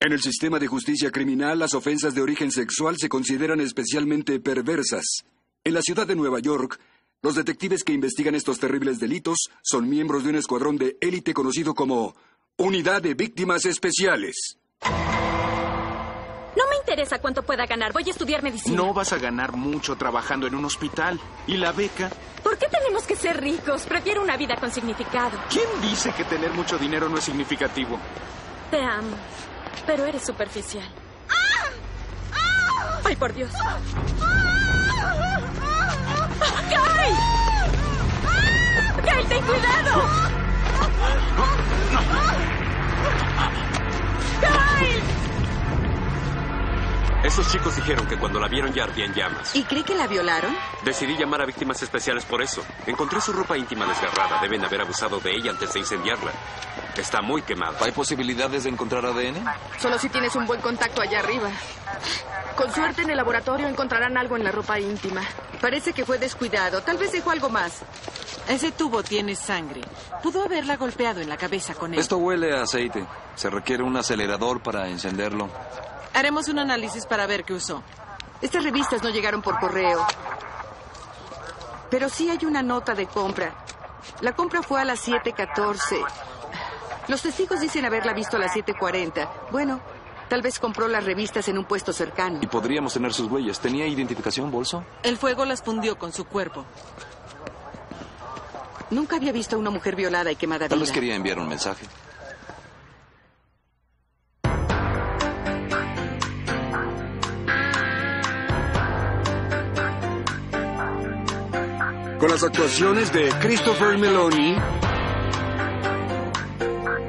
En el sistema de justicia criminal, las ofensas de origen sexual se consideran especialmente perversas. En la ciudad de Nueva York, los detectives que investigan estos terribles delitos son miembros de un escuadrón de élite conocido como Unidad de Víctimas Especiales. No me interesa cuánto pueda ganar, voy a estudiar medicina. No vas a ganar mucho trabajando en un hospital. ¿Y la beca? ¿Por qué tenemos que ser ricos? Prefiero una vida con significado. ¿Quién dice que tener mucho dinero no es significativo? Te amo, pero eres superficial. ¡Ay, por Dios! ¡Kyle! ¡Kyle, ten cuidado! ¡Kyle! Esos chicos dijeron que cuando la vieron ya ardía en llamas. ¿Y cree que la violaron? Decidí llamar a víctimas especiales por eso. Encontré su ropa íntima desgarrada. Deben haber abusado de ella antes de incendiarla. Está muy quemada. ¿Hay posibilidades de encontrar ADN? Solo si tienes un buen contacto allá arriba. Con suerte en el laboratorio encontrarán algo en la ropa íntima. Parece que fue descuidado. Tal vez dejó algo más. Ese tubo tiene sangre. Pudo haberla golpeado en la cabeza con él. Esto huele a aceite. Se requiere un acelerador para encenderlo. Haremos un análisis para ver qué usó. Estas revistas no llegaron por correo. Pero sí hay una nota de compra. La compra fue a las 7.14. Los testigos dicen haberla visto a las 7.40. Bueno, tal vez compró las revistas en un puesto cercano. Y podríamos tener sus huellas. ¿Tenía identificación, bolso? El fuego las fundió con su cuerpo. Nunca había visto a una mujer violada y quemada Tal vez viva. quería enviar un mensaje. Con las actuaciones de Christopher Meloni,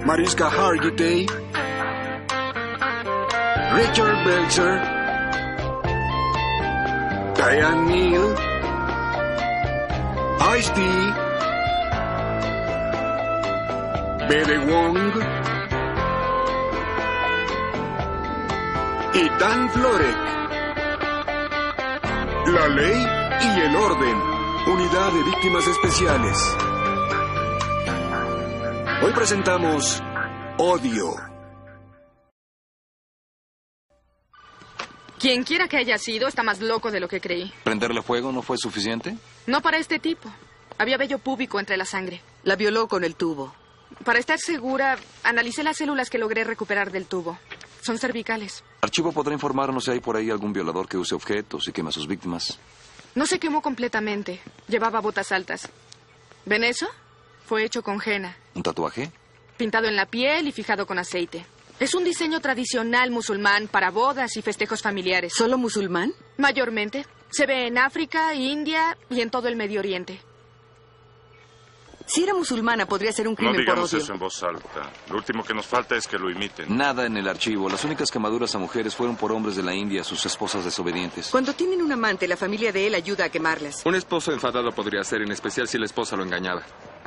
Mariska Hargitay, Richard Belzer, Diane Neal, Ice-T, Bede Wong y Dan Florek. La ley y el orden. Unidad de Víctimas Especiales. Hoy presentamos Odio. Quien quiera que haya sido está más loco de lo que creí. ¿Prenderle fuego no fue suficiente? No para este tipo. Había vello púbico entre la sangre. La violó con el tubo. Para estar segura, analicé las células que logré recuperar del tubo. Son cervicales. Archivo podrá informarnos si hay por ahí algún violador que use objetos y quema a sus víctimas. No se quemó completamente. Llevaba botas altas. ¿Ven eso? Fue hecho con henna, ¿Un tatuaje? pintado en la piel y fijado con aceite. Es un diseño tradicional musulmán para bodas y festejos familiares. ¿Solo musulmán? Mayormente. Se ve en África, India y en todo el Medio Oriente. Si era musulmana, podría ser un No crimen por digamos odio. eso en voz alta. Lo último que nos falta es que lo imiten. Nada en el archivo. Las únicas quemaduras a mujeres fueron por hombres de la India, sus esposas desobedientes. Cuando tienen un amante, la familia de él ayuda a quemarlas. Un esposo enfadado podría ser, en especial si la esposa lo engañaba.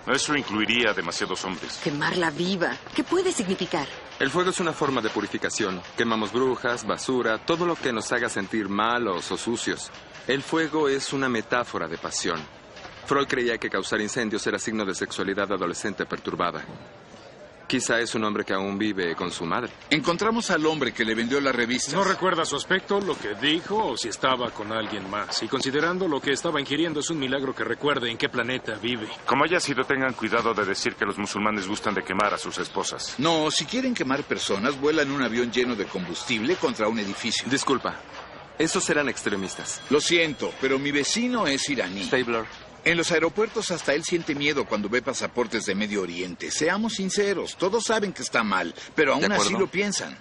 Eso incluiría a demasiados hombres. Quemarla viva. ¿Qué puede significar? El fuego es una forma de purificación. Quemamos brujas, basura, todo lo que nos haga sentir malos o sucios. El fuego es una metáfora de pasión. Freud creía que causar incendios era signo de sexualidad adolescente perturbada. Quizá es un hombre que aún vive con su madre. Encontramos al hombre que le vendió la revista. No recuerda su aspecto, lo que dijo o si estaba con alguien más. Y considerando lo que estaba ingiriendo, es un milagro que recuerde en qué planeta vive. Como haya sido, tengan cuidado de decir que los musulmanes gustan de quemar a sus esposas. No, si quieren quemar personas, vuelan un avión lleno de combustible contra un edificio. Disculpa, esos eran extremistas. Lo siento, pero mi vecino es iraní. Stabler, En los aeropuertos hasta él siente miedo cuando ve pasaportes de Medio Oriente. Seamos sinceros, todos saben que está mal, pero aún De así acuerdo. lo piensan.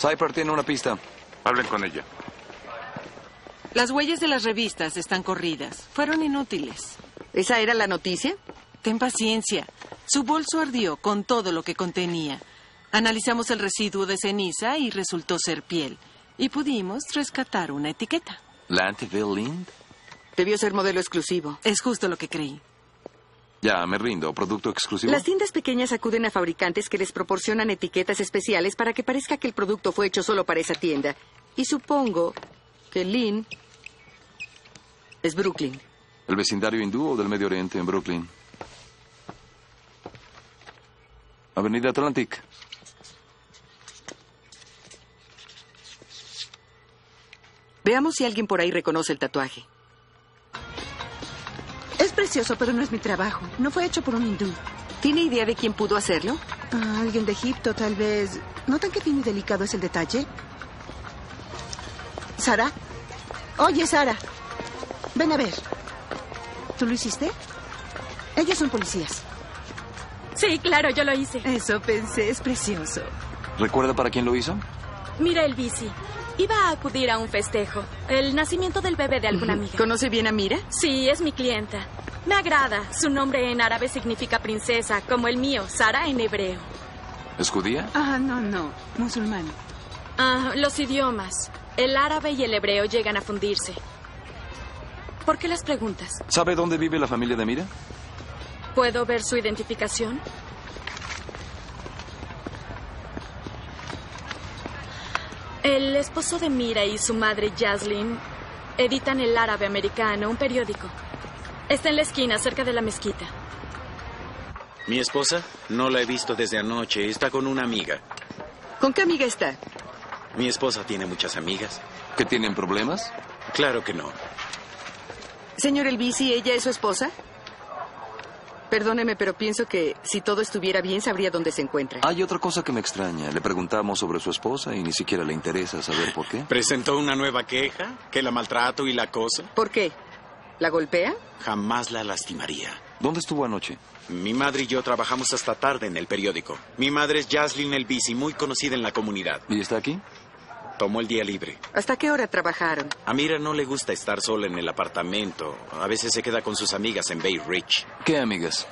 Cyper tiene una pista. Hablen con ella. Las huellas de las revistas están corridas. Fueron inútiles. ¿Esa era la noticia? Ten paciencia. Su bolso ardió con todo lo que contenía. Analizamos el residuo de ceniza y resultó ser piel. Y pudimos rescatar una etiqueta. ¿La Antiville Lind? Debió ser modelo exclusivo. Es justo lo que creí. Ya, me rindo. ¿Producto exclusivo? Las tiendas pequeñas acuden a fabricantes que les proporcionan etiquetas especiales para que parezca que el producto fue hecho solo para esa tienda. Y supongo que Lynn es Brooklyn. ¿El vecindario hindú o del Medio Oriente en Brooklyn? Avenida Atlantic. Veamos si alguien por ahí reconoce el tatuaje. Es precioso, pero no es mi trabajo. No fue hecho por un hindú. ¿Tiene idea de quién pudo hacerlo? Ah, alguien de Egipto, tal vez. ¿Notan qué fino y delicado es el detalle? ¿Sara? Oye, Sara. Ven a ver. ¿Tú lo hiciste? Ellos son policías. Sí, claro, yo lo hice. Eso pensé, es precioso. ¿Recuerda para quién lo hizo? Mira el bici. Iba a acudir a un festejo, el nacimiento del bebé de alguna amiga. ¿Conoce bien a Mira? Sí, es mi clienta. Me agrada. Su nombre en árabe significa princesa, como el mío, Sara en hebreo. ¿Es judía? Ah, no, no, musulmán. Ah, los idiomas. El árabe y el hebreo llegan a fundirse. ¿Por qué las preguntas? ¿Sabe dónde vive la familia de Mira? ¿Puedo ver su identificación? El esposo de Mira y su madre Jaslyn editan El Árabe Americano, un periódico. Está en la esquina, cerca de la mezquita. Mi esposa no la he visto desde anoche. Está con una amiga. ¿Con qué amiga está? Mi esposa tiene muchas amigas. ¿Que tienen problemas? Claro que no. Señor Elvisi, ¿ella es su esposa? Perdóneme, pero pienso que si todo estuviera bien sabría dónde se encuentra. Hay otra cosa que me extraña. Le preguntamos sobre su esposa y ni siquiera le interesa saber por qué. ¿Presentó una nueva queja? ¿Que la maltrato y la acoso? ¿Por qué? ¿La golpea? Jamás la lastimaría. ¿Dónde estuvo anoche? Mi madre y yo trabajamos hasta tarde en el periódico. Mi madre es Jaslyn Elvisi, muy conocida en la comunidad. ¿Y está aquí? Tomó el día libre. ¿Hasta qué hora trabajaron? A Mira no le gusta estar sola en el apartamento. A veces se queda con sus amigas en Bay Ridge. ¿Qué amigas?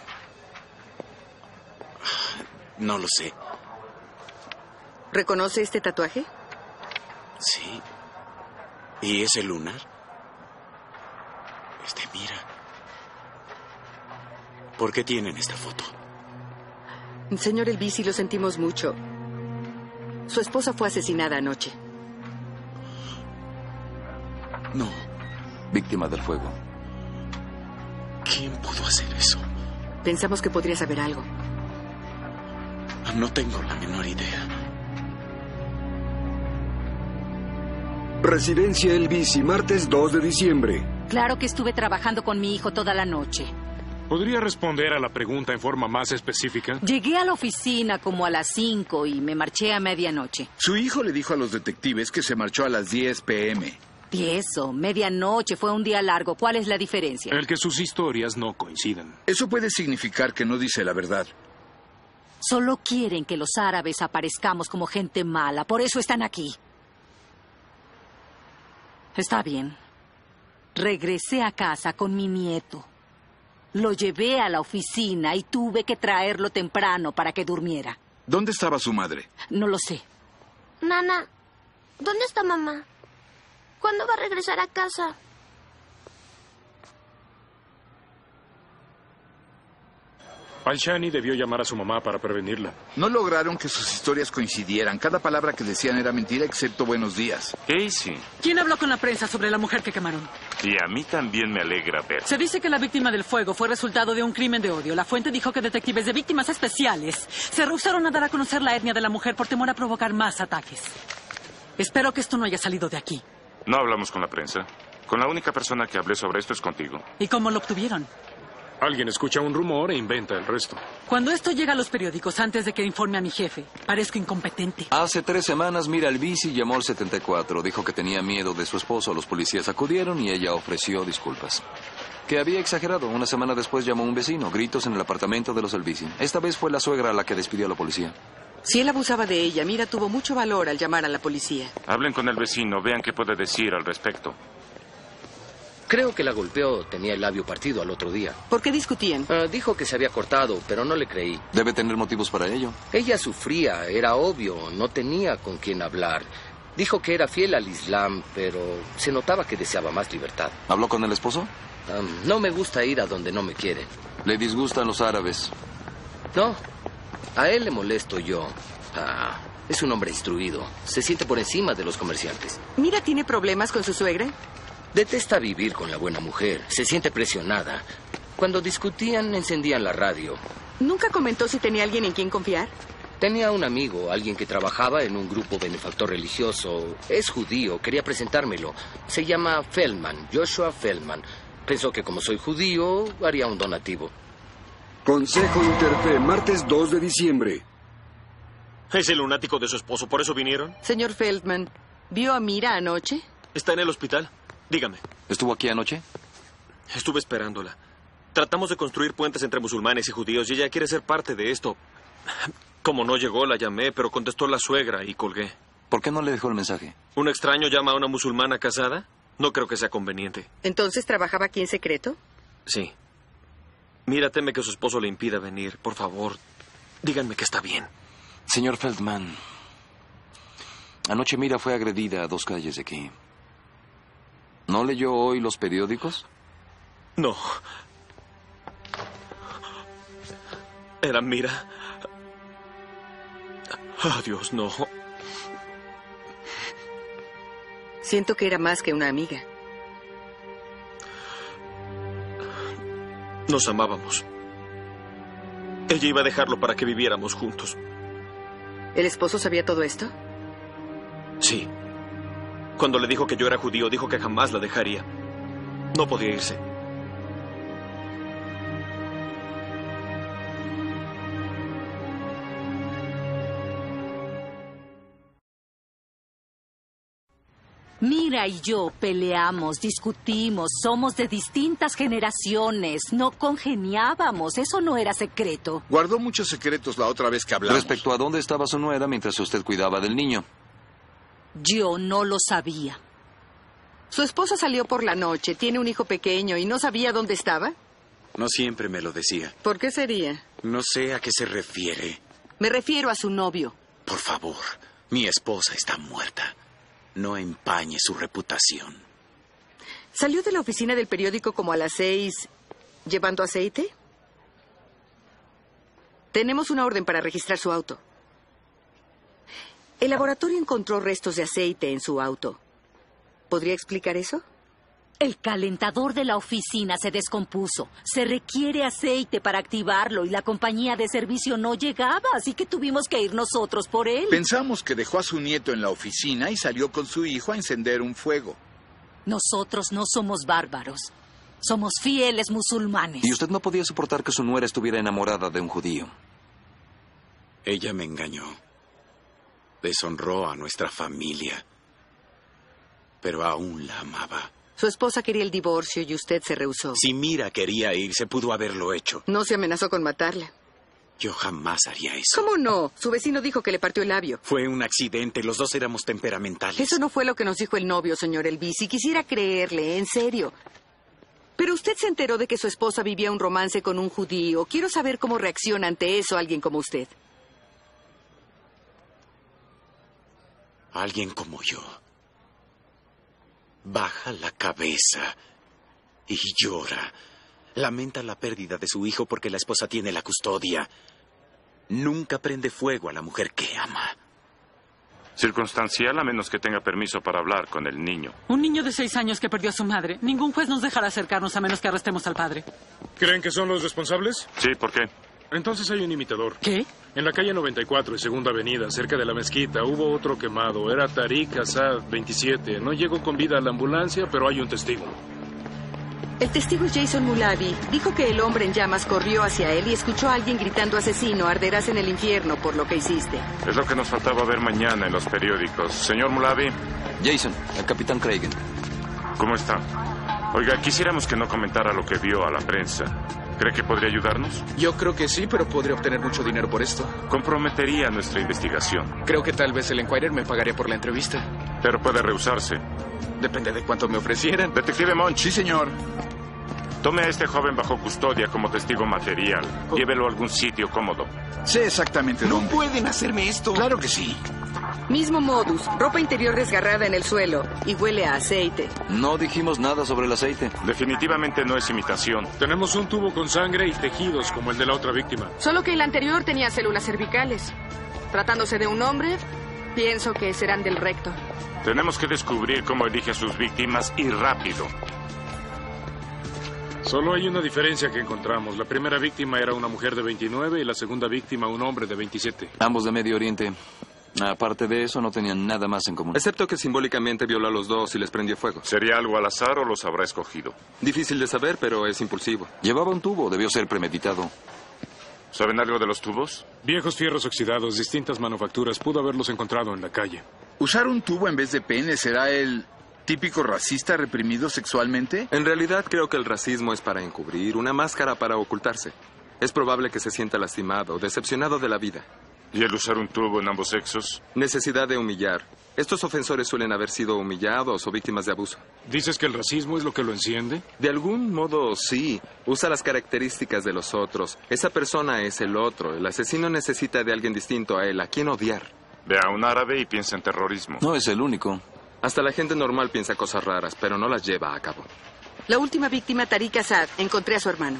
No lo sé. ¿Reconoce este tatuaje? Sí. ¿Y ese lunar? Este Mira. ¿Por qué tienen esta foto? Señor Elvisi, lo sentimos mucho. Su esposa fue asesinada anoche. No. Víctima del fuego. ¿Quién pudo hacer eso? Pensamos que podría saber algo. No tengo la menor idea. Residencia Elvisi, martes 2 de diciembre. Claro que estuve trabajando con mi hijo toda la noche. ¿Podría responder a la pregunta en forma más específica? Llegué a la oficina como a las 5 y me marché a medianoche. Su hijo le dijo a los detectives que se marchó a las 10 pm. Y eso, medianoche fue un día largo. ¿Cuál es la diferencia? El que sus historias no coincidan. Eso puede significar que no dice la verdad. Solo quieren que los árabes aparezcamos como gente mala. Por eso están aquí. Está bien. Regresé a casa con mi nieto. Lo llevé a la oficina y tuve que traerlo temprano para que durmiera. ¿Dónde estaba su madre? No lo sé. Nana, ¿dónde está mamá? ¿Cuándo va a regresar a casa? Panchani debió llamar a su mamá para prevenirla. No lograron que sus historias coincidieran. Cada palabra que decían era mentira excepto buenos días. Casey. ¿Quién habló con la prensa sobre la mujer que quemaron? Y a mí también me alegra ver. Se dice que la víctima del fuego fue resultado de un crimen de odio. La fuente dijo que detectives de víctimas especiales se rehusaron a dar a conocer la etnia de la mujer por temor a provocar más ataques. Espero que esto no haya salido de aquí. No hablamos con la prensa. Con la única persona que hablé sobre esto es contigo. ¿Y cómo lo obtuvieron? Alguien escucha un rumor e inventa el resto. Cuando esto llega a los periódicos antes de que informe a mi jefe, parezco incompetente. Hace tres semanas, Mira el bici llamó al 74. Dijo que tenía miedo de su esposo. Los policías acudieron y ella ofreció disculpas. Que había exagerado. Una semana después llamó a un vecino. Gritos en el apartamento de los Elvisi. Esta vez fue la suegra a la que despidió a la policía. Si él abusaba de ella, Mira tuvo mucho valor al llamar a la policía. Hablen con el vecino, vean qué puede decir al respecto. Creo que la golpeó, tenía el labio partido al otro día. ¿Por qué discutían? Eh, dijo que se había cortado, pero no le creí. Debe tener motivos para ello. Ella sufría, era obvio, no tenía con quién hablar. Dijo que era fiel al Islam, pero se notaba que deseaba más libertad. ¿Habló con el esposo? Um, no me gusta ir a donde no me quieren. ¿Le disgustan los árabes? No, a él le molesto yo. Ah, es un hombre instruido, se siente por encima de los comerciantes. Mira, ¿tiene problemas con su suegra? Detesta vivir con la buena mujer. Se siente presionada. Cuando discutían, encendían la radio. ¿Nunca comentó si tenía alguien en quien confiar? Tenía un amigo, alguien que trabajaba en un grupo benefactor religioso. Es judío, quería presentármelo. Se llama Feldman, Joshua Feldman. Pensó que como soy judío, haría un donativo. Consejo Interfe, martes 2 de diciembre. Es el lunático de su esposo, por eso vinieron. Señor Feldman, ¿vio a Mira anoche? Está en el hospital. Dígame. ¿Estuvo aquí anoche? Estuve esperándola. Tratamos de construir puentes entre musulmanes y judíos y ella quiere ser parte de esto. Como no llegó, la llamé, pero contestó la suegra y colgué. ¿Por qué no le dejó el mensaje? ¿Un extraño llama a una musulmana casada? No creo que sea conveniente. Entonces trabajaba aquí en secreto. Sí. Mira, teme que su esposo le impida venir. Por favor, díganme que está bien. Señor Feldman, anoche Mira fue agredida a dos calles de aquí. ¿No leyó hoy los periódicos? No. Era Mira. Ah, Dios, no. Siento que era más que una amiga. Nos amábamos. Ella iba a dejarlo para que viviéramos juntos. ¿El esposo sabía todo esto? Sí. Cuando le dijo que yo era judío, dijo que jamás la dejaría. No podía irse. Mira y yo peleamos, discutimos, somos de distintas generaciones, no congeniábamos, eso no era secreto. Guardó muchos secretos la otra vez que hablamos. Respecto a dónde estaba su nuera mientras usted cuidaba del niño. Yo no lo sabía. Su esposa salió por la noche, tiene un hijo pequeño y no sabía dónde estaba. No siempre me lo decía. ¿Por qué sería? No sé a qué se refiere. Me refiero a su novio. Por favor, mi esposa está muerta. No empañe su reputación. ¿Salió de la oficina del periódico como a las seis llevando aceite? Tenemos una orden para registrar su auto. El laboratorio encontró restos de aceite en su auto. ¿Podría explicar eso? El calentador de la oficina se descompuso. Se requiere aceite para activarlo y la compañía de servicio no llegaba, así que tuvimos que ir nosotros por él. Pensamos que dejó a su nieto en la oficina y salió con su hijo a encender un fuego. Nosotros no somos bárbaros. Somos fieles musulmanes. Y usted no podía soportar que su nuera estuviera enamorada de un judío. Ella me engañó. Deshonró a nuestra familia. Pero aún la amaba. Su esposa quería el divorcio y usted se rehusó. Si Mira quería irse, pudo haberlo hecho. No se amenazó con matarla. Yo jamás haría eso. ¿Cómo no? Su vecino dijo que le partió el labio. Fue un accidente. Los dos éramos temperamentales. Eso no fue lo que nos dijo el novio, señor Elvis. Y quisiera creerle, en serio. Pero usted se enteró de que su esposa vivía un romance con un judío. Quiero saber cómo reacciona ante eso alguien como usted. Alguien como yo baja la cabeza y llora. Lamenta la pérdida de su hijo porque la esposa tiene la custodia. Nunca prende fuego a la mujer que ama. Circunstancial a menos que tenga permiso para hablar con el niño. Un niño de seis años que perdió a su madre. Ningún juez nos dejará acercarnos a menos que arrestemos al padre. ¿Creen que son los responsables? Sí, ¿por qué? Entonces hay un imitador. ¿Qué? En la calle 94 y Segunda Avenida, cerca de la mezquita, hubo otro quemado. Era Tariq Assad, 27. No llegó con vida a la ambulancia, pero hay un testigo. El testigo es Jason Mulavi. Dijo que el hombre en llamas corrió hacia él y escuchó a alguien gritando asesino, arderás en el infierno por lo que hiciste. Es lo que nos faltaba ver mañana en los periódicos. Señor Mulavi. Jason, el capitán Craigen. ¿Cómo está? Oiga, quisiéramos que no comentara lo que vio a la prensa. ¿Cree que podría ayudarnos? Yo creo que sí, pero podría obtener mucho dinero por esto. Comprometería nuestra investigación. Creo que tal vez el Enquirer me pagaría por la entrevista. Pero puede rehusarse. Depende de cuánto me ofrecieran. Detective Monch. Sí, señor. Tome a este joven bajo custodia como testigo material. Oh. Llévelo a algún sitio cómodo. Sé exactamente ¡No dónde. pueden hacerme esto! Claro que sí. Mismo modus, ropa interior desgarrada en el suelo y huele a aceite. No dijimos nada sobre el aceite. Definitivamente no es imitación. Tenemos un tubo con sangre y tejidos como el de la otra víctima. Solo que el anterior tenía células cervicales. Tratándose de un hombre, pienso que serán del recto. Tenemos que descubrir cómo elige a sus víctimas y rápido. Solo hay una diferencia que encontramos. La primera víctima era una mujer de 29 y la segunda víctima un hombre de 27. Ambos de Medio Oriente. Aparte de eso, no tenían nada más en común. Excepto que simbólicamente violó a los dos y les prendió fuego. ¿Sería algo al azar o los habrá escogido? Difícil de saber, pero es impulsivo. Llevaba un tubo, debió ser premeditado. ¿Saben algo de los tubos? Viejos fierros oxidados, distintas manufacturas, pudo haberlos encontrado en la calle. ¿Usar un tubo en vez de pene será el típico racista reprimido sexualmente? En realidad creo que el racismo es para encubrir, una máscara para ocultarse. Es probable que se sienta lastimado, decepcionado de la vida. ¿Y el usar un tubo en ambos sexos? Necesidad de humillar. Estos ofensores suelen haber sido humillados o víctimas de abuso. ¿Dices que el racismo es lo que lo enciende? De algún modo, sí. Usa las características de los otros. Esa persona es el otro. El asesino necesita de alguien distinto a él, a quien odiar. Ve a un árabe y piensa en terrorismo. No es el único. Hasta la gente normal piensa cosas raras, pero no las lleva a cabo. La última víctima, Tariq Assad. Encontré a su hermano.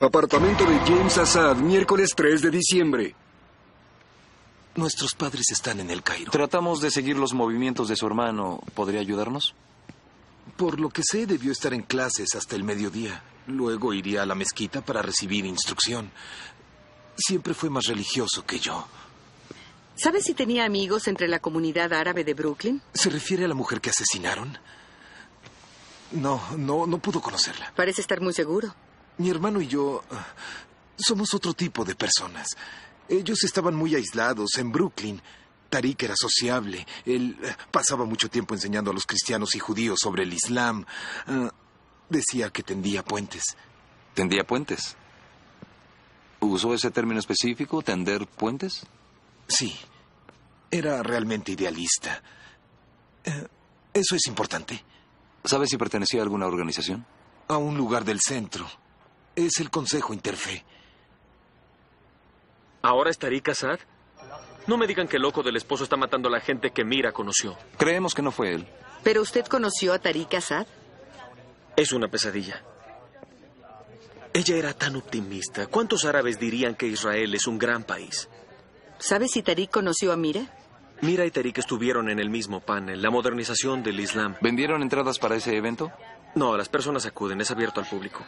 Apartamento de James Assad, miércoles 3 de diciembre. Nuestros padres están en el Cairo. Tratamos de seguir los movimientos de su hermano. ¿Podría ayudarnos? Por lo que sé, debió estar en clases hasta el mediodía. Luego iría a la mezquita para recibir instrucción. Siempre fue más religioso que yo. ¿Sabes si tenía amigos entre la comunidad árabe de Brooklyn? ¿Se refiere a la mujer que asesinaron? No, no, no pudo conocerla. Parece estar muy seguro. Mi hermano y yo ah, somos otro tipo de personas. Ellos estaban muy aislados en Brooklyn. Tariq era sociable. Él ah, pasaba mucho tiempo enseñando a los cristianos y judíos sobre el Islam. Ah, decía que tendía puentes. ¿Tendía puentes? ¿Usó ese término específico, tender puentes? Sí. Era realmente idealista. Eh, eso es importante. ¿Sabes si pertenecía a alguna organización? A un lugar del centro. Es el Consejo Interfe. ¿Ahora estaría casad? No me digan que el loco del esposo está matando a la gente que Mira conoció. Creemos que no fue él. ¿Pero usted conoció a Tariq Assad? Es una pesadilla. Ella era tan optimista. ¿Cuántos árabes dirían que Israel es un gran país? ¿Sabes si Tariq conoció a Mira? Mira y Tariq estuvieron en el mismo panel, la modernización del Islam. ¿Vendieron entradas para ese evento? No, las personas acuden, es abierto al público.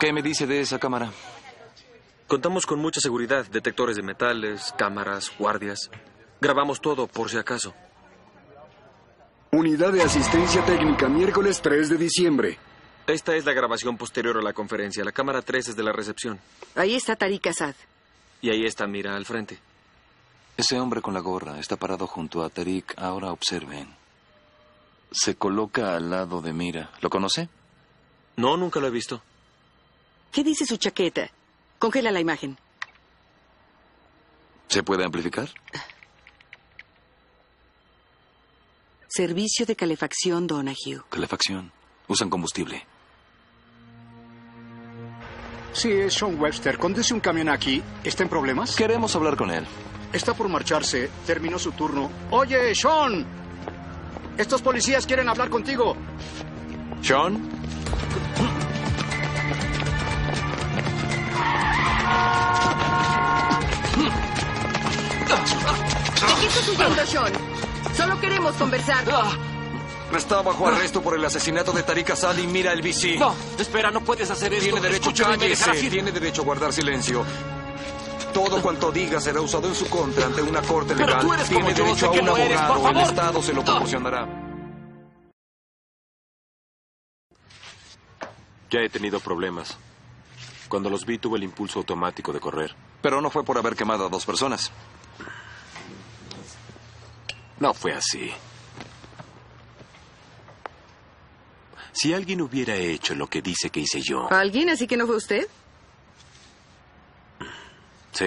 ¿Qué me dice de esa cámara? Contamos con mucha seguridad, detectores de metales, cámaras, guardias. Grabamos todo por si acaso. Unidad de asistencia técnica, miércoles 3 de diciembre. Esta es la grabación posterior a la conferencia. La cámara 3 es de la recepción. Ahí está Tariq Assad. Y ahí está Mira al frente. Ese hombre con la gorra está parado junto a Tariq. Ahora observen. Se coloca al lado de Mira. ¿Lo conoce? No, nunca lo he visto. ¿Qué dice su chaqueta? Congela la imagen. ¿Se puede amplificar? Servicio de calefacción Donahue. Calefacción. Usan combustible. Sí, es Sean Webster. ¿Conduce un camión aquí? ¿Está en problemas? Queremos hablar con él. Está por marcharse. Terminó su turno. Oye, Sean. Estos policías quieren hablar contigo. Sean. ¿De qué estás huyendo, Sean? Solo queremos conversar. Está bajo arresto por el asesinato de Tariq Assad y mira el BC. No, espera, no puedes hacer eso. Tiene derecho, cállese. Tiene derecho a guardar silencio. Todo cuanto diga será usado en su contra ante una corte Pero legal. tú eres Tiene como yo, derecho sé que a un no eres, por abogado. el favor. Estado se lo proporcionará. Ya he tenido problemas. Cuando los vi tuve el impulso automático de correr. Pero no fue por haber quemado a dos personas. No fue así. Si alguien hubiera hecho lo que dice que hice yo. ¿Alguien? ¿Así que no fue usted? Sí.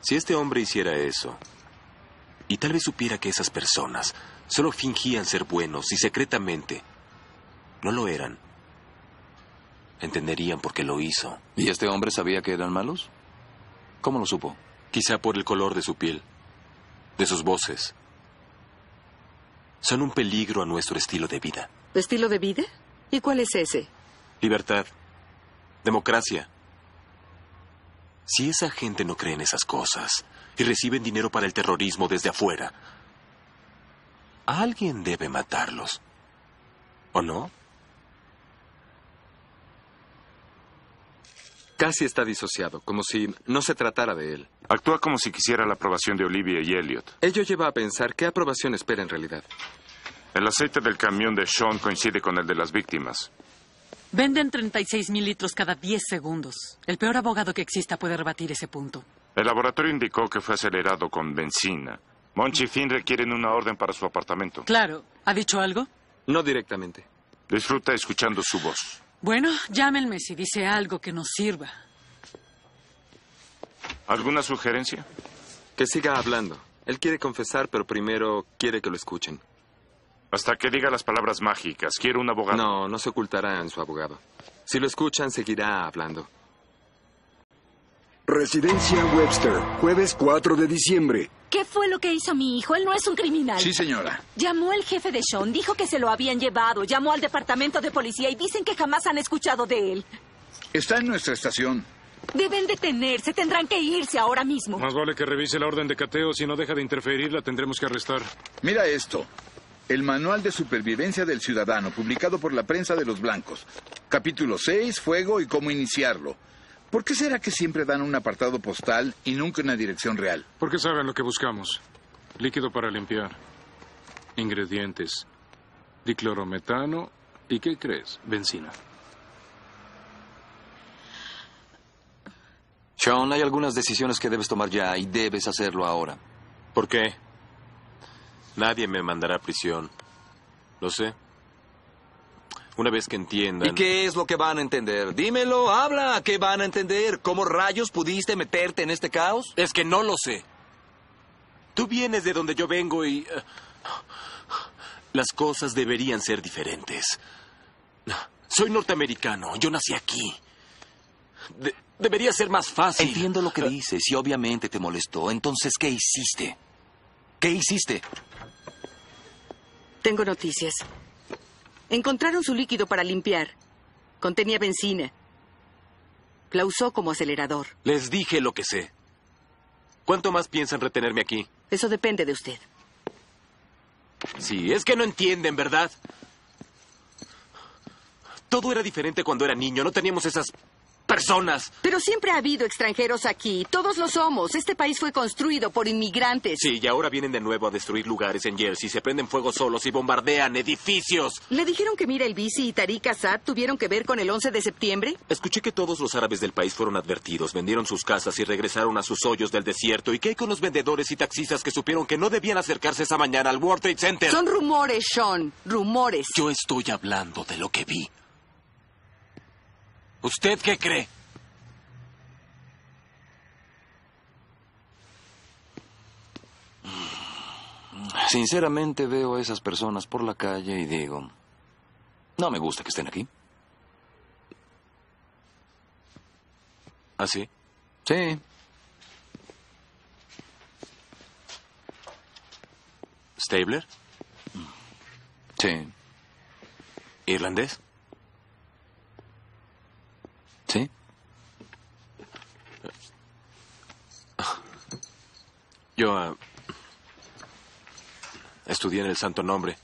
Si este hombre hiciera eso, y tal vez supiera que esas personas solo fingían ser buenos y secretamente no lo eran, entenderían por qué lo hizo. ¿Y este hombre sabía que eran malos? ¿Cómo lo supo? Quizá por el color de su piel, de sus voces. Son un peligro a nuestro estilo de vida. ¿Tu estilo de vida? ¿Y cuál es ese? Libertad. Democracia. Si esa gente no cree en esas cosas y reciben dinero para el terrorismo desde afuera, alguien debe matarlos. ¿O no? Casi está disociado, como si no se tratara de él. Actúa como si quisiera la aprobación de Olivia y Elliot. Ello lleva a pensar qué aprobación espera en realidad. El aceite del camión de Sean coincide con el de las víctimas. Venden 36 mil litros cada 10 segundos. El peor abogado que exista puede rebatir ese punto. El laboratorio indicó que fue acelerado con benzina. Monchi y Finn requieren una orden para su apartamento. Claro. ¿Ha dicho algo? No directamente. Disfruta escuchando su voz. Bueno, llámenme si dice algo que nos sirva. ¿Alguna sugerencia? Que siga hablando. Él quiere confesar, pero primero quiere que lo escuchen. Hasta que diga las palabras mágicas. Quiero un abogado. No, no se ocultará en su abogado. Si lo escuchan, seguirá hablando. Residencia Webster, jueves 4 de diciembre. ¿Qué fue lo que hizo mi hijo? Él no es un criminal. Sí, señora. Llamó el jefe de Sean, dijo que se lo habían llevado, llamó al departamento de policía y dicen que jamás han escuchado de él. Está en nuestra estación. Deben detenerse, tendrán que irse ahora mismo. Más vale que revise la orden de cateo. Si no deja de interferir, la tendremos que arrestar. Mira esto. El Manual de Supervivencia del Ciudadano, publicado por la prensa de los blancos. Capítulo 6, Fuego y cómo iniciarlo. ¿Por qué será que siempre dan un apartado postal y nunca una dirección real? Porque saben lo que buscamos. Líquido para limpiar. Ingredientes. Diclorometano. ¿Y qué crees? Benzina. Sean, hay algunas decisiones que debes tomar ya y debes hacerlo ahora. ¿Por qué? Nadie me mandará a prisión. Lo sé. Una vez que entiendan. ¿Y qué es lo que van a entender? Dímelo, habla. ¿Qué van a entender? ¿Cómo rayos pudiste meterte en este caos? Es que no lo sé. Tú vienes de donde yo vengo y... eh, Las cosas deberían ser diferentes. Soy norteamericano. Yo nací aquí. De- debería ser más fácil. Entiendo lo que dices y obviamente te molestó. Entonces, ¿qué hiciste? ¿Qué hiciste? Tengo noticias. Encontraron su líquido para limpiar. Contenía benzina. La usó como acelerador. Les dije lo que sé. ¿Cuánto más piensan retenerme aquí? Eso depende de usted. Sí, es que no entienden, ¿verdad? Todo era diferente cuando era niño. No teníamos esas personas. Pero siempre ha habido extranjeros aquí. Todos lo somos. Este país fue construido por inmigrantes. Sí, y ahora vienen de nuevo a destruir lugares en Jersey. Se prenden fuego solos y bombardean edificios. ¿Le dijeron que Mira el Bici y Tariq Assad tuvieron que ver con el 11 de septiembre? Escuché que todos los árabes del país fueron advertidos, vendieron sus casas y regresaron a sus hoyos del desierto. ¿Y qué hay con los vendedores y taxistas que supieron que no debían acercarse esa mañana al World Trade Center? Son rumores, Sean. Rumores. Yo estoy hablando de lo que vi. ¿Usted qué cree? Sinceramente veo a esas personas por la calle y digo, no me gusta que estén aquí. ¿Así? ¿Ah, Sí. ¿Stabler? Sí. ¿Irlandés? Sí. Yo ah, estudié en el Santo Nombre.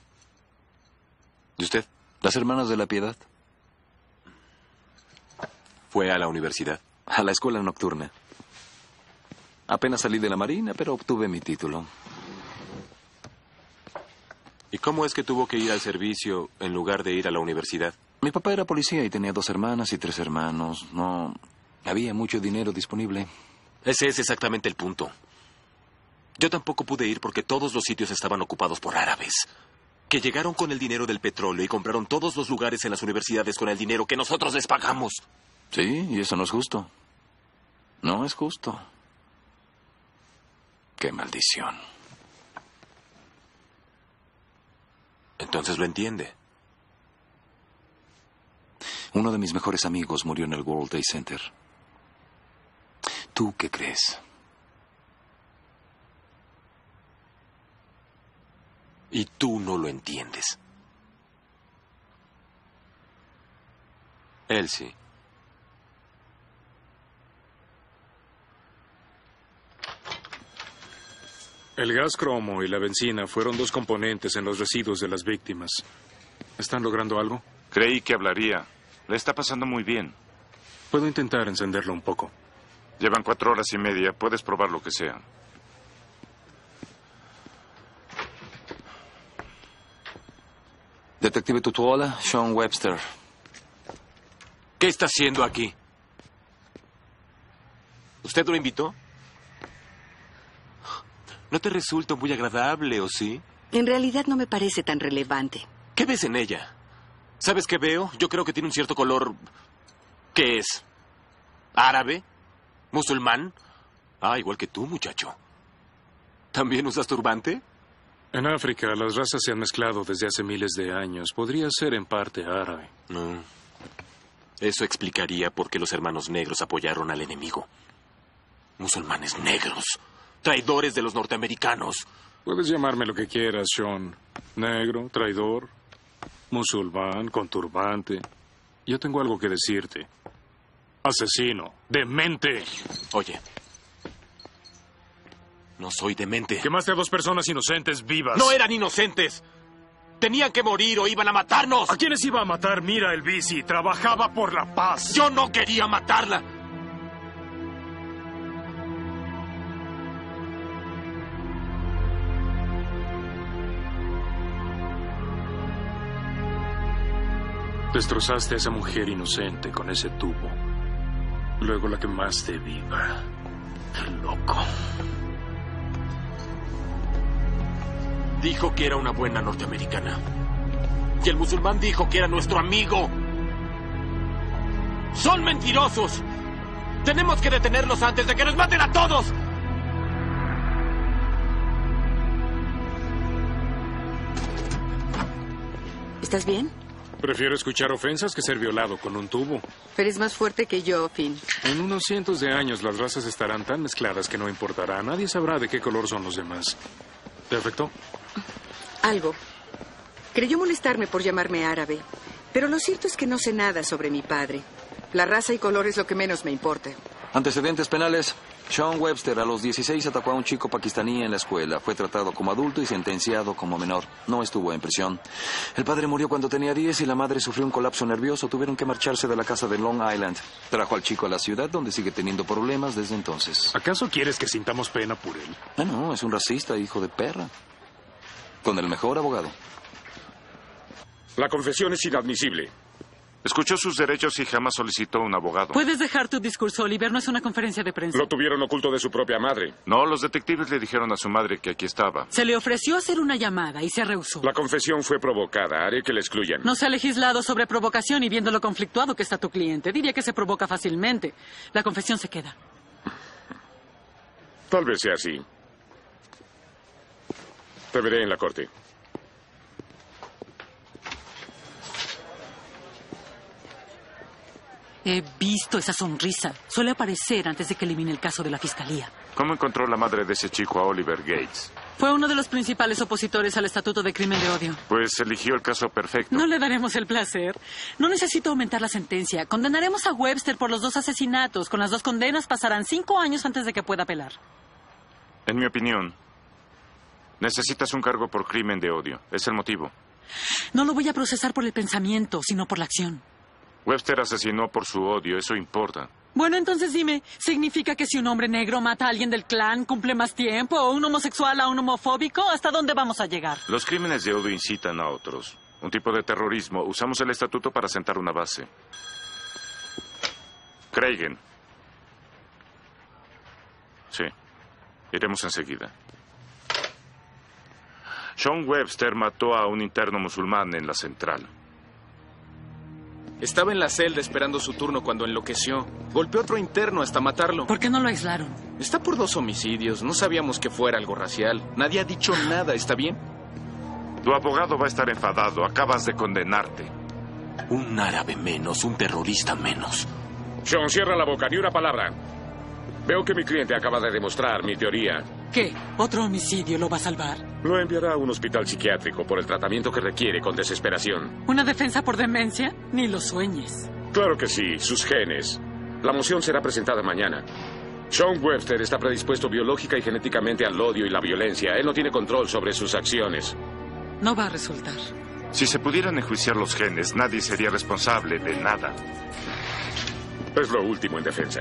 ¿Y usted? Las hermanas de la piedad. ¿Fue a la universidad? A la escuela nocturna. Apenas salí de la marina, pero obtuve mi título. ¿Y cómo es que tuvo que ir al servicio en lugar de ir a la universidad? Mi papá era policía y tenía dos hermanas y tres hermanos. No había mucho dinero disponible. Ese es exactamente el punto. Yo tampoco pude ir porque todos los sitios estaban ocupados por árabes, que llegaron con el dinero del petróleo y compraron todos los lugares en las universidades con el dinero que nosotros les pagamos. Sí, y eso no es justo. No es justo. Qué maldición. Entonces lo entiende. Uno de mis mejores amigos murió en el World Day Center. ¿Tú qué crees? Y tú no lo entiendes. Él sí. El gas cromo y la benzina fueron dos componentes en los residuos de las víctimas. ¿Están logrando algo? Creí que hablaría. Le está pasando muy bien. Puedo intentar encenderlo un poco. Llevan cuatro horas y media. Puedes probar lo que sea. Detective Tutuola, Sean Webster. ¿Qué está haciendo aquí? ¿Usted lo invitó? No te resulta muy agradable, ¿o sí? En realidad no me parece tan relevante. ¿Qué ves en ella? ¿Sabes qué veo? Yo creo que tiene un cierto color... ¿Qué es? ¿Árabe? ¿Musulmán? Ah, igual que tú, muchacho. ¿También usas turbante? En África, las razas se han mezclado desde hace miles de años. Podría ser en parte árabe. No. Eso explicaría por qué los hermanos negros apoyaron al enemigo. Musulmanes negros. Traidores de los norteamericanos. Puedes llamarme lo que quieras, Sean. Negro, traidor, musulmán, conturbante. Yo tengo algo que decirte. Asesino, demente. Oye. No soy demente. Quemaste a dos personas inocentes vivas. No eran inocentes. Tenían que morir o iban a matarnos. ¿A quiénes iba a matar? Mira el bici. Trabajaba por la paz. Yo no quería matarla. Destrozaste a esa mujer inocente con ese tubo. Luego la quemaste viva. Loco. Dijo que era una buena norteamericana. Y el musulmán dijo que era nuestro amigo. ¡Son mentirosos! Tenemos que detenerlos antes de que nos maten a todos. ¿Estás bien? Prefiero escuchar ofensas que ser violado con un tubo. Eres más fuerte que yo, Finn. En unos cientos de años las razas estarán tan mezcladas que no importará. Nadie sabrá de qué color son los demás. ¿Te afectó? Algo. Creyó molestarme por llamarme árabe, pero lo cierto es que no sé nada sobre mi padre. La raza y color es lo que menos me importa. Antecedentes penales. Sean Webster a los 16 atacó a un chico pakistaní en la escuela. Fue tratado como adulto y sentenciado como menor. No estuvo en prisión. El padre murió cuando tenía 10 y la madre sufrió un colapso nervioso. Tuvieron que marcharse de la casa de Long Island. Trajo al chico a la ciudad donde sigue teniendo problemas desde entonces. ¿Acaso quieres que sintamos pena por él? Ah, no, es un racista, hijo de perra. Con el mejor abogado. La confesión es inadmisible. Escuchó sus derechos y jamás solicitó un abogado. Puedes dejar tu discurso, Oliver. No es una conferencia de prensa. Lo tuvieron oculto de su propia madre. No, los detectives le dijeron a su madre que aquí estaba. Se le ofreció hacer una llamada y se rehusó. La confesión fue provocada. Haré que la excluyan. No se ha legislado sobre provocación y viendo lo conflictuado que está tu cliente, diría que se provoca fácilmente. La confesión se queda. Tal vez sea así. Te veré en la corte. He visto esa sonrisa. Suele aparecer antes de que elimine el caso de la fiscalía. ¿Cómo encontró la madre de ese chico a Oliver Gates? Fue uno de los principales opositores al Estatuto de Crimen de Odio. Pues eligió el caso perfecto. No le daremos el placer. No necesito aumentar la sentencia. Condenaremos a Webster por los dos asesinatos. Con las dos condenas pasarán cinco años antes de que pueda apelar. En mi opinión, necesitas un cargo por crimen de odio. Es el motivo. No lo voy a procesar por el pensamiento, sino por la acción. Webster asesinó por su odio, eso importa. Bueno, entonces dime, ¿significa que si un hombre negro mata a alguien del clan, cumple más tiempo? ¿O un homosexual a un homofóbico? ¿Hasta dónde vamos a llegar? Los crímenes de odio incitan a otros. Un tipo de terrorismo. Usamos el estatuto para sentar una base. Craigen. Sí. Iremos enseguida. Sean Webster mató a un interno musulmán en la central. Estaba en la celda esperando su turno cuando enloqueció. Golpeó a otro interno hasta matarlo. ¿Por qué no lo aislaron? Está por dos homicidios. No sabíamos que fuera algo racial. Nadie ha dicho nada, ¿está bien? Tu abogado va a estar enfadado. Acabas de condenarte. Un árabe menos, un terrorista menos. Sean, cierra la boca, ni una palabra. Veo que mi cliente acaba de demostrar mi teoría. ¿Qué? ¿Otro homicidio lo va a salvar? Lo enviará a un hospital psiquiátrico por el tratamiento que requiere con desesperación. ¿Una defensa por demencia? Ni lo sueñes. Claro que sí, sus genes. La moción será presentada mañana. Sean Webster está predispuesto biológica y genéticamente al odio y la violencia. Él no tiene control sobre sus acciones. No va a resultar. Si se pudieran enjuiciar los genes, nadie sería responsable de nada. Es lo último en defensa.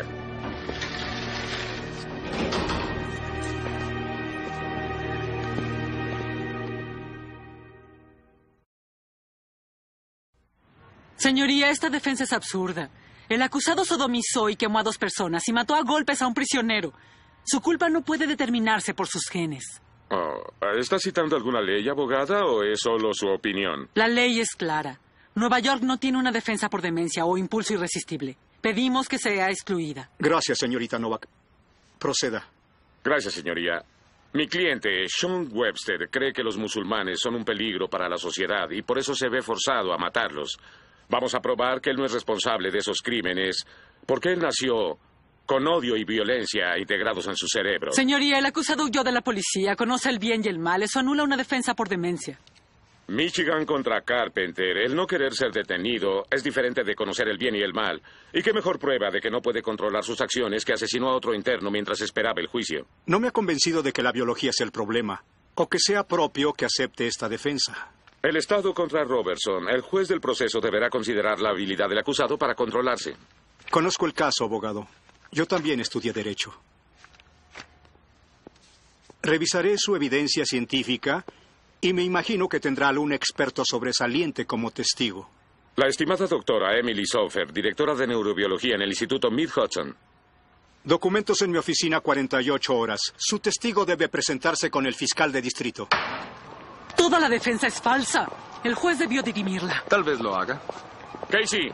Señoría, esta defensa es absurda. El acusado sodomizó y quemó a dos personas y mató a golpes a un prisionero. Su culpa no puede determinarse por sus genes. Oh, ¿Está citando alguna ley, abogada, o es solo su opinión? La ley es clara. Nueva York no tiene una defensa por demencia o impulso irresistible. Pedimos que sea excluida. Gracias, señorita Novak. Proceda. Gracias, señoría. Mi cliente, Sean Webster, cree que los musulmanes son un peligro para la sociedad y por eso se ve forzado a matarlos. Vamos a probar que él no es responsable de esos crímenes, porque él nació con odio y violencia integrados en su cerebro. Señoría, el acusado huyó de la policía, conoce el bien y el mal. Eso anula una defensa por demencia. Michigan contra Carpenter. El no querer ser detenido es diferente de conocer el bien y el mal. ¿Y qué mejor prueba de que no puede controlar sus acciones que asesinó a otro interno mientras esperaba el juicio? No me ha convencido de que la biología es el problema, o que sea propio que acepte esta defensa. El Estado contra Robertson. El juez del proceso deberá considerar la habilidad del acusado para controlarse. Conozco el caso, abogado. Yo también estudié derecho. Revisaré su evidencia científica y me imagino que tendrá algún experto sobresaliente como testigo. La estimada doctora Emily Soffer, directora de neurobiología en el Instituto Mid Hudson. Documentos en mi oficina 48 horas. Su testigo debe presentarse con el fiscal de distrito. Toda la defensa es falsa. El juez debió dirimirla. Tal vez lo haga. Casey,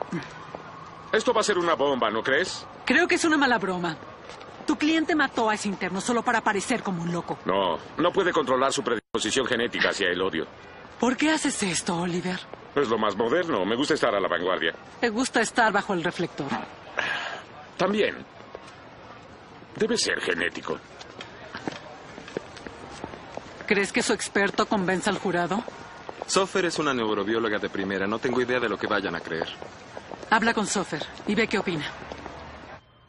esto va a ser una bomba, ¿no crees? Creo que es una mala broma. Tu cliente mató a ese interno solo para parecer como un loco. No, no puede controlar su predisposición genética hacia el odio. ¿Por qué haces esto, Oliver? Es lo más moderno. Me gusta estar a la vanguardia. Te gusta estar bajo el reflector. También. Debe ser genético. ¿Crees que su experto convenza al jurado? Sofer es una neurobióloga de primera. No tengo idea de lo que vayan a creer. Habla con Sofer y ve qué opina.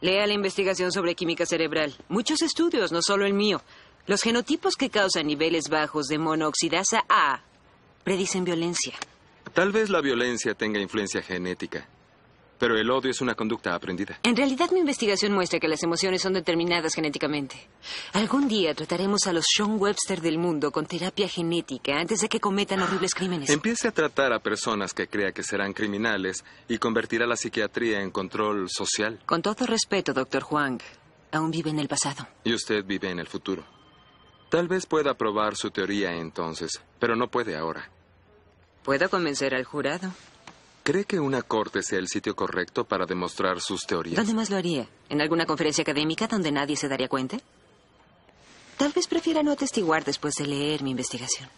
Lea la investigación sobre química cerebral. Muchos estudios, no solo el mío. Los genotipos que causan niveles bajos de monooxidasa A predicen violencia. Tal vez la violencia tenga influencia genética, pero el odio es una conducta aprendida. En realidad, mi investigación muestra que las emociones son determinadas genéticamente. Algún día trataremos a los Sean Webster del mundo con terapia genética antes de que cometan horribles crímenes. Empiece a tratar a personas que crea que serán criminales y convertirá la psiquiatría en control social. Con todo respeto, doctor Huang, aún vive en el pasado. Y usted vive en el futuro. Tal vez pueda probar su teoría entonces, pero no puede ahora. Puedo convencer al jurado. ¿Cree que una corte sea el sitio correcto para demostrar sus teorías? ¿Dónde más lo haría? ¿En alguna conferencia académica donde nadie se daría cuenta? Tal vez prefiera no atestiguar después de leer mi investigación.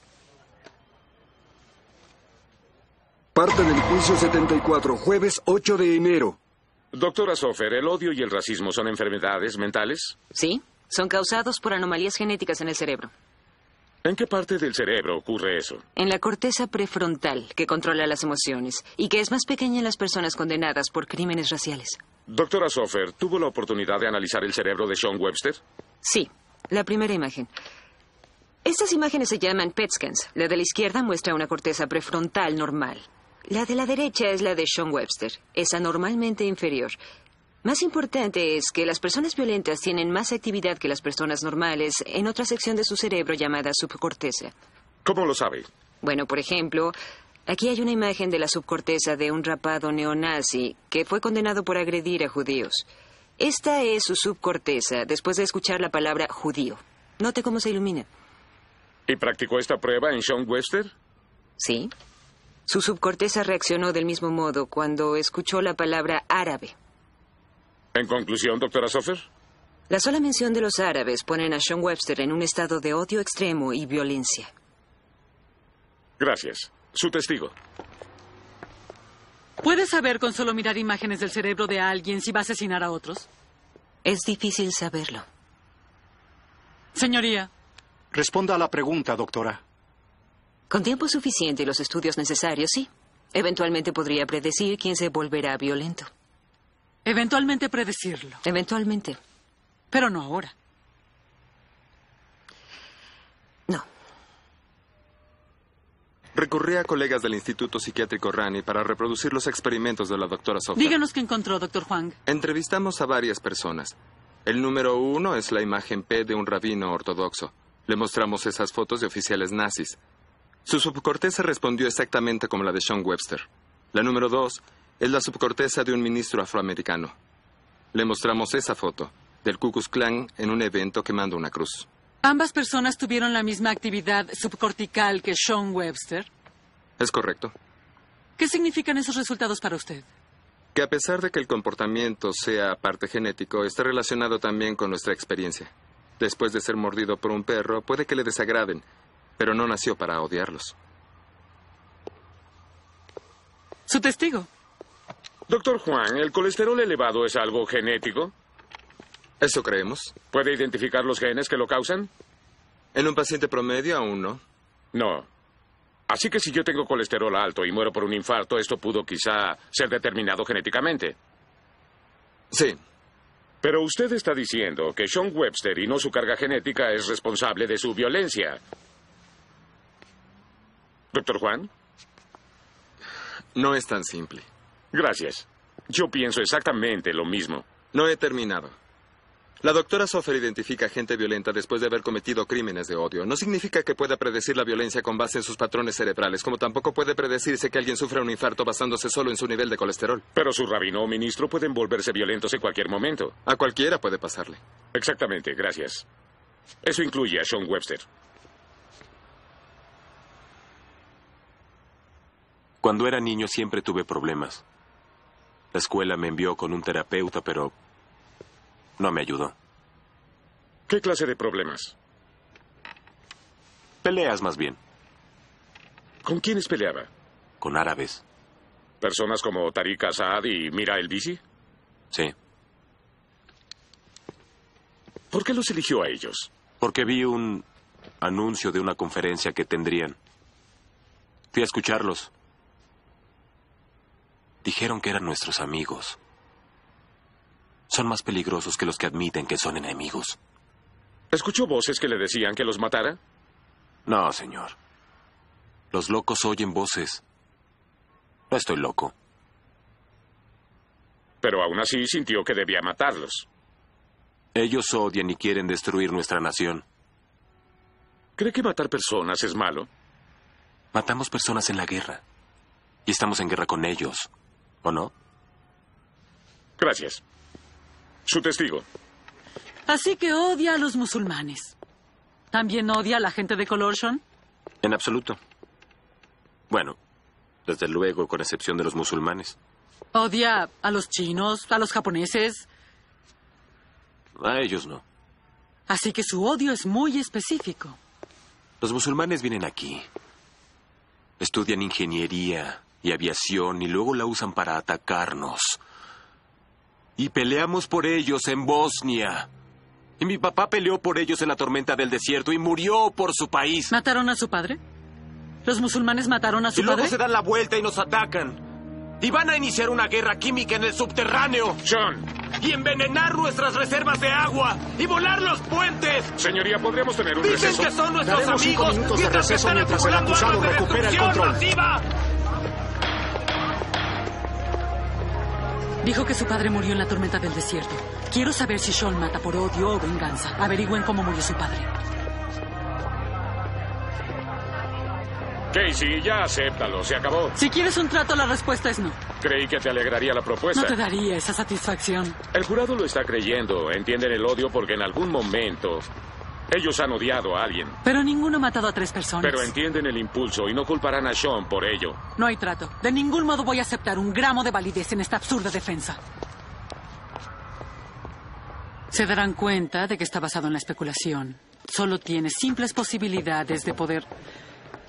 Parte del juicio 74, jueves 8 de enero. Doctora Sofer, ¿el odio y el racismo son enfermedades mentales? Sí, son causados por anomalías genéticas en el cerebro. ¿En qué parte del cerebro ocurre eso? En la corteza prefrontal, que controla las emociones, y que es más pequeña en las personas condenadas por crímenes raciales. Doctora Sofer, ¿tuvo la oportunidad de analizar el cerebro de Sean Webster? Sí, la primera imagen. Estas imágenes se llaman PET scans. La de la izquierda muestra una corteza prefrontal normal. La de la derecha es la de Sean Webster. Es anormalmente inferior. Más importante es que las personas violentas tienen más actividad que las personas normales en otra sección de su cerebro llamada subcorteza. ¿Cómo lo sabe? Bueno, por ejemplo, aquí hay una imagen de la subcorteza de un rapado neonazi que fue condenado por agredir a judíos. Esta es su subcorteza después de escuchar la palabra judío. Note cómo se ilumina. ¿Y practicó esta prueba en Sean Webster? Sí. Su subcorteza reaccionó del mismo modo cuando escuchó la palabra árabe. En conclusión, doctora Sofer. La sola mención de los árabes ponen a Sean Webster en un estado de odio extremo y violencia. Gracias. Su testigo. ¿Puedes saber con solo mirar imágenes del cerebro de alguien si va a asesinar a otros? Es difícil saberlo. Señoría. Responda a la pregunta, doctora. Con tiempo suficiente y los estudios necesarios, sí. Eventualmente podría predecir quién se volverá violento. Eventualmente predecirlo. Eventualmente. Pero no ahora. No. Recurrí a colegas del Instituto Psiquiátrico Rani para reproducir los experimentos de la doctora Sofía. Díganos qué encontró, doctor Huang. Entrevistamos a varias personas. El número uno es la imagen P de un rabino ortodoxo. Le mostramos esas fotos de oficiales nazis. Su subcorteza respondió exactamente como la de Sean Webster. La número dos es la subcorteza de un ministro afroamericano. Le mostramos esa foto del Ku Klux Klan en un evento quemando una cruz. ¿Ambas personas tuvieron la misma actividad subcortical que Sean Webster? ¿Es correcto? ¿Qué significan esos resultados para usted? Que a pesar de que el comportamiento sea parte genético, está relacionado también con nuestra experiencia. Después de ser mordido por un perro, puede que le desagraden, pero no nació para odiarlos. Su testigo. Doctor Juan, ¿el colesterol elevado es algo genético? Eso creemos. ¿Puede identificar los genes que lo causan? En un paciente promedio aún no. No. Así que si yo tengo colesterol alto y muero por un infarto, esto pudo quizá ser determinado genéticamente. Sí. Pero usted está diciendo que Sean Webster y no su carga genética es responsable de su violencia. Doctor Juan. No es tan simple. Gracias. Yo pienso exactamente lo mismo. No he terminado. La doctora Sofer identifica gente violenta después de haber cometido crímenes de odio. No significa que pueda predecir la violencia con base en sus patrones cerebrales, como tampoco puede predecirse que alguien sufra un infarto basándose solo en su nivel de colesterol. Pero su rabino o ministro pueden volverse violentos en cualquier momento. A cualquiera puede pasarle. Exactamente, gracias. Eso incluye a Sean Webster. Cuando era niño siempre tuve problemas. La escuela me envió con un terapeuta, pero no me ayudó. ¿Qué clase de problemas? Peleas más bien. ¿Con quiénes peleaba? Con árabes. ¿Personas como Tariq Assad y Mira el Bici? Sí. ¿Por qué los eligió a ellos? Porque vi un anuncio de una conferencia que tendrían. Fui a escucharlos. Dijeron que eran nuestros amigos son más peligrosos que los que admiten que son enemigos. ¿Escuchó voces que le decían que los matara? No, señor. Los locos oyen voces. No estoy loco. Pero aún así sintió que debía matarlos. Ellos odian y quieren destruir nuestra nación. ¿Cree que matar personas es malo? Matamos personas en la guerra. Y estamos en guerra con ellos, ¿o no? Gracias. Su testigo. Así que odia a los musulmanes. ¿También odia a la gente de color, Sean? En absoluto. Bueno, desde luego, con excepción de los musulmanes. ¿Odia a los chinos, a los japoneses? A ellos no. Así que su odio es muy específico. Los musulmanes vienen aquí. Estudian ingeniería y aviación y luego la usan para atacarnos y peleamos por ellos en Bosnia. Y mi papá peleó por ellos en la tormenta del desierto y murió por su país. ¿Mataron a su padre? ¿Los musulmanes mataron a su y padre? Y luego se dan la vuelta y nos atacan. Y van a iniciar una guerra química en el subterráneo. John. Y envenenar nuestras reservas de agua. Y volar los puentes. Señoría, podríamos tener un Dicen receso? que son nuestros Daremos amigos. Cinco mientras de receso están mientras el acumulando acusado armas de recupera el destrucción control. masiva. Dijo que su padre murió en la tormenta del desierto. Quiero saber si Sean mata por odio o venganza. Averigüen cómo murió su padre. Casey, ya acéptalo, se acabó. Si quieres un trato, la respuesta es no. Creí que te alegraría la propuesta. No te daría esa satisfacción. El jurado lo está creyendo, entienden el odio porque en algún momento ellos han odiado a alguien. Pero ninguno ha matado a tres personas. Pero entienden el impulso y no culparán a Sean por ello. No hay trato. De ningún modo voy a aceptar un gramo de validez en esta absurda defensa. Se darán cuenta de que está basado en la especulación. Solo tiene simples posibilidades de poder.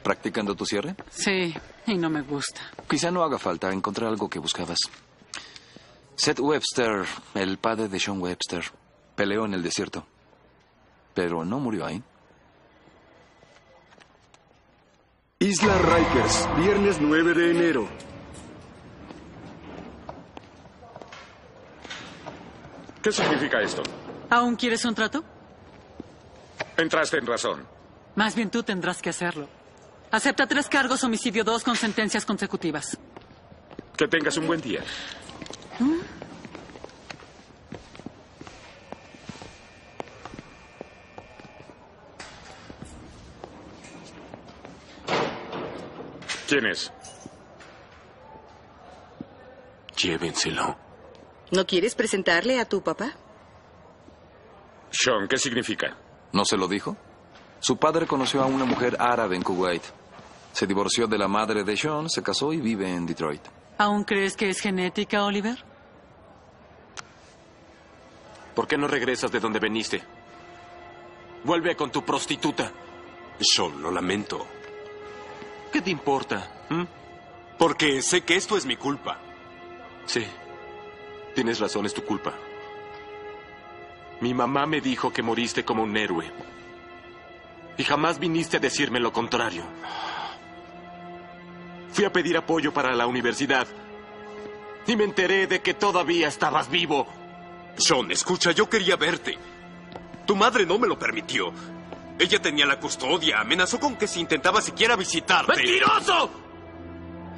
¿Practicando tu cierre? Sí, y no me gusta. Quizá no haga falta encontrar algo que buscabas. Seth Webster, el padre de Sean Webster, peleó en el desierto. Pero no murió ahí. Isla Rikers, viernes 9 de enero. ¿Qué significa esto? ¿Aún quieres un trato? Entraste en razón. Más bien tú tendrás que hacerlo. Acepta tres cargos, homicidio dos con sentencias consecutivas. Que tengas un buen día. ¿Mm? ¿Quién es? Llévenselo. ¿No quieres presentarle a tu papá? Sean, ¿qué significa? ¿No se lo dijo? Su padre conoció a una mujer árabe en Kuwait. Se divorció de la madre de Sean, se casó y vive en Detroit. ¿Aún crees que es genética, Oliver? ¿Por qué no regresas de donde veniste? Vuelve con tu prostituta. Sean, lo lamento. ¿Qué te importa? ¿Mm? Porque sé que esto es mi culpa. Sí. Tienes razón, es tu culpa. Mi mamá me dijo que moriste como un héroe. Y jamás viniste a decirme lo contrario. Fui a pedir apoyo para la universidad. Y me enteré de que todavía estabas vivo. Sean, escucha, yo quería verte. Tu madre no me lo permitió. Ella tenía la custodia, amenazó con que si intentaba siquiera visitarte. ¡Mentiroso!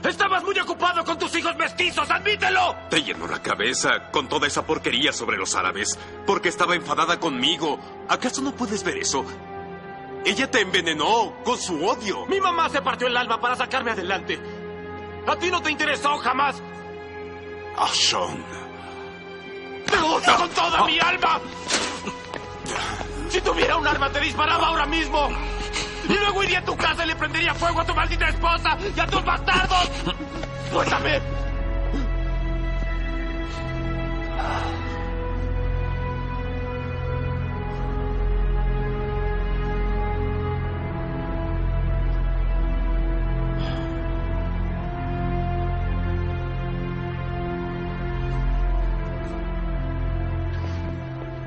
Estabas muy ocupado con tus hijos mestizos, admítelo. Te llenó la cabeza con toda esa porquería sobre los árabes, porque estaba enfadada conmigo. ¿Acaso no puedes ver eso? Ella te envenenó con su odio. Mi mamá se partió el alma para sacarme adelante. A ti no te interesó jamás. Ah, Sean. ¡Te odio con toda mi alma! Si tuviera un arma te disparaba ahora mismo. Y luego iría a tu casa y le prendería fuego a tu maldita esposa y a tus bastardos. Suéltame.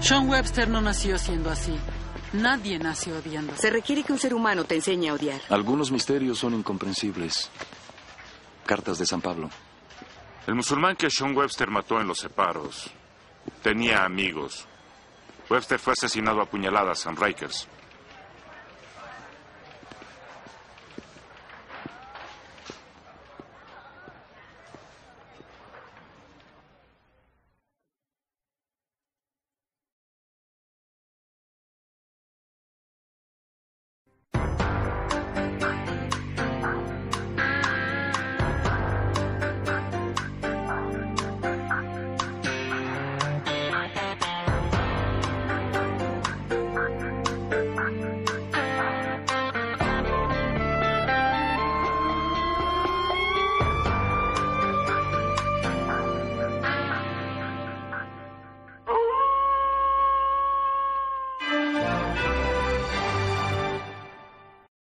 Sean Webster no nació siendo así. Nadie nació odiando. Se requiere que un ser humano te enseñe a odiar. Algunos misterios son incomprensibles. Cartas de San Pablo. El musulmán que Sean Webster mató en los separos tenía amigos. Webster fue asesinado a puñaladas en Rikers.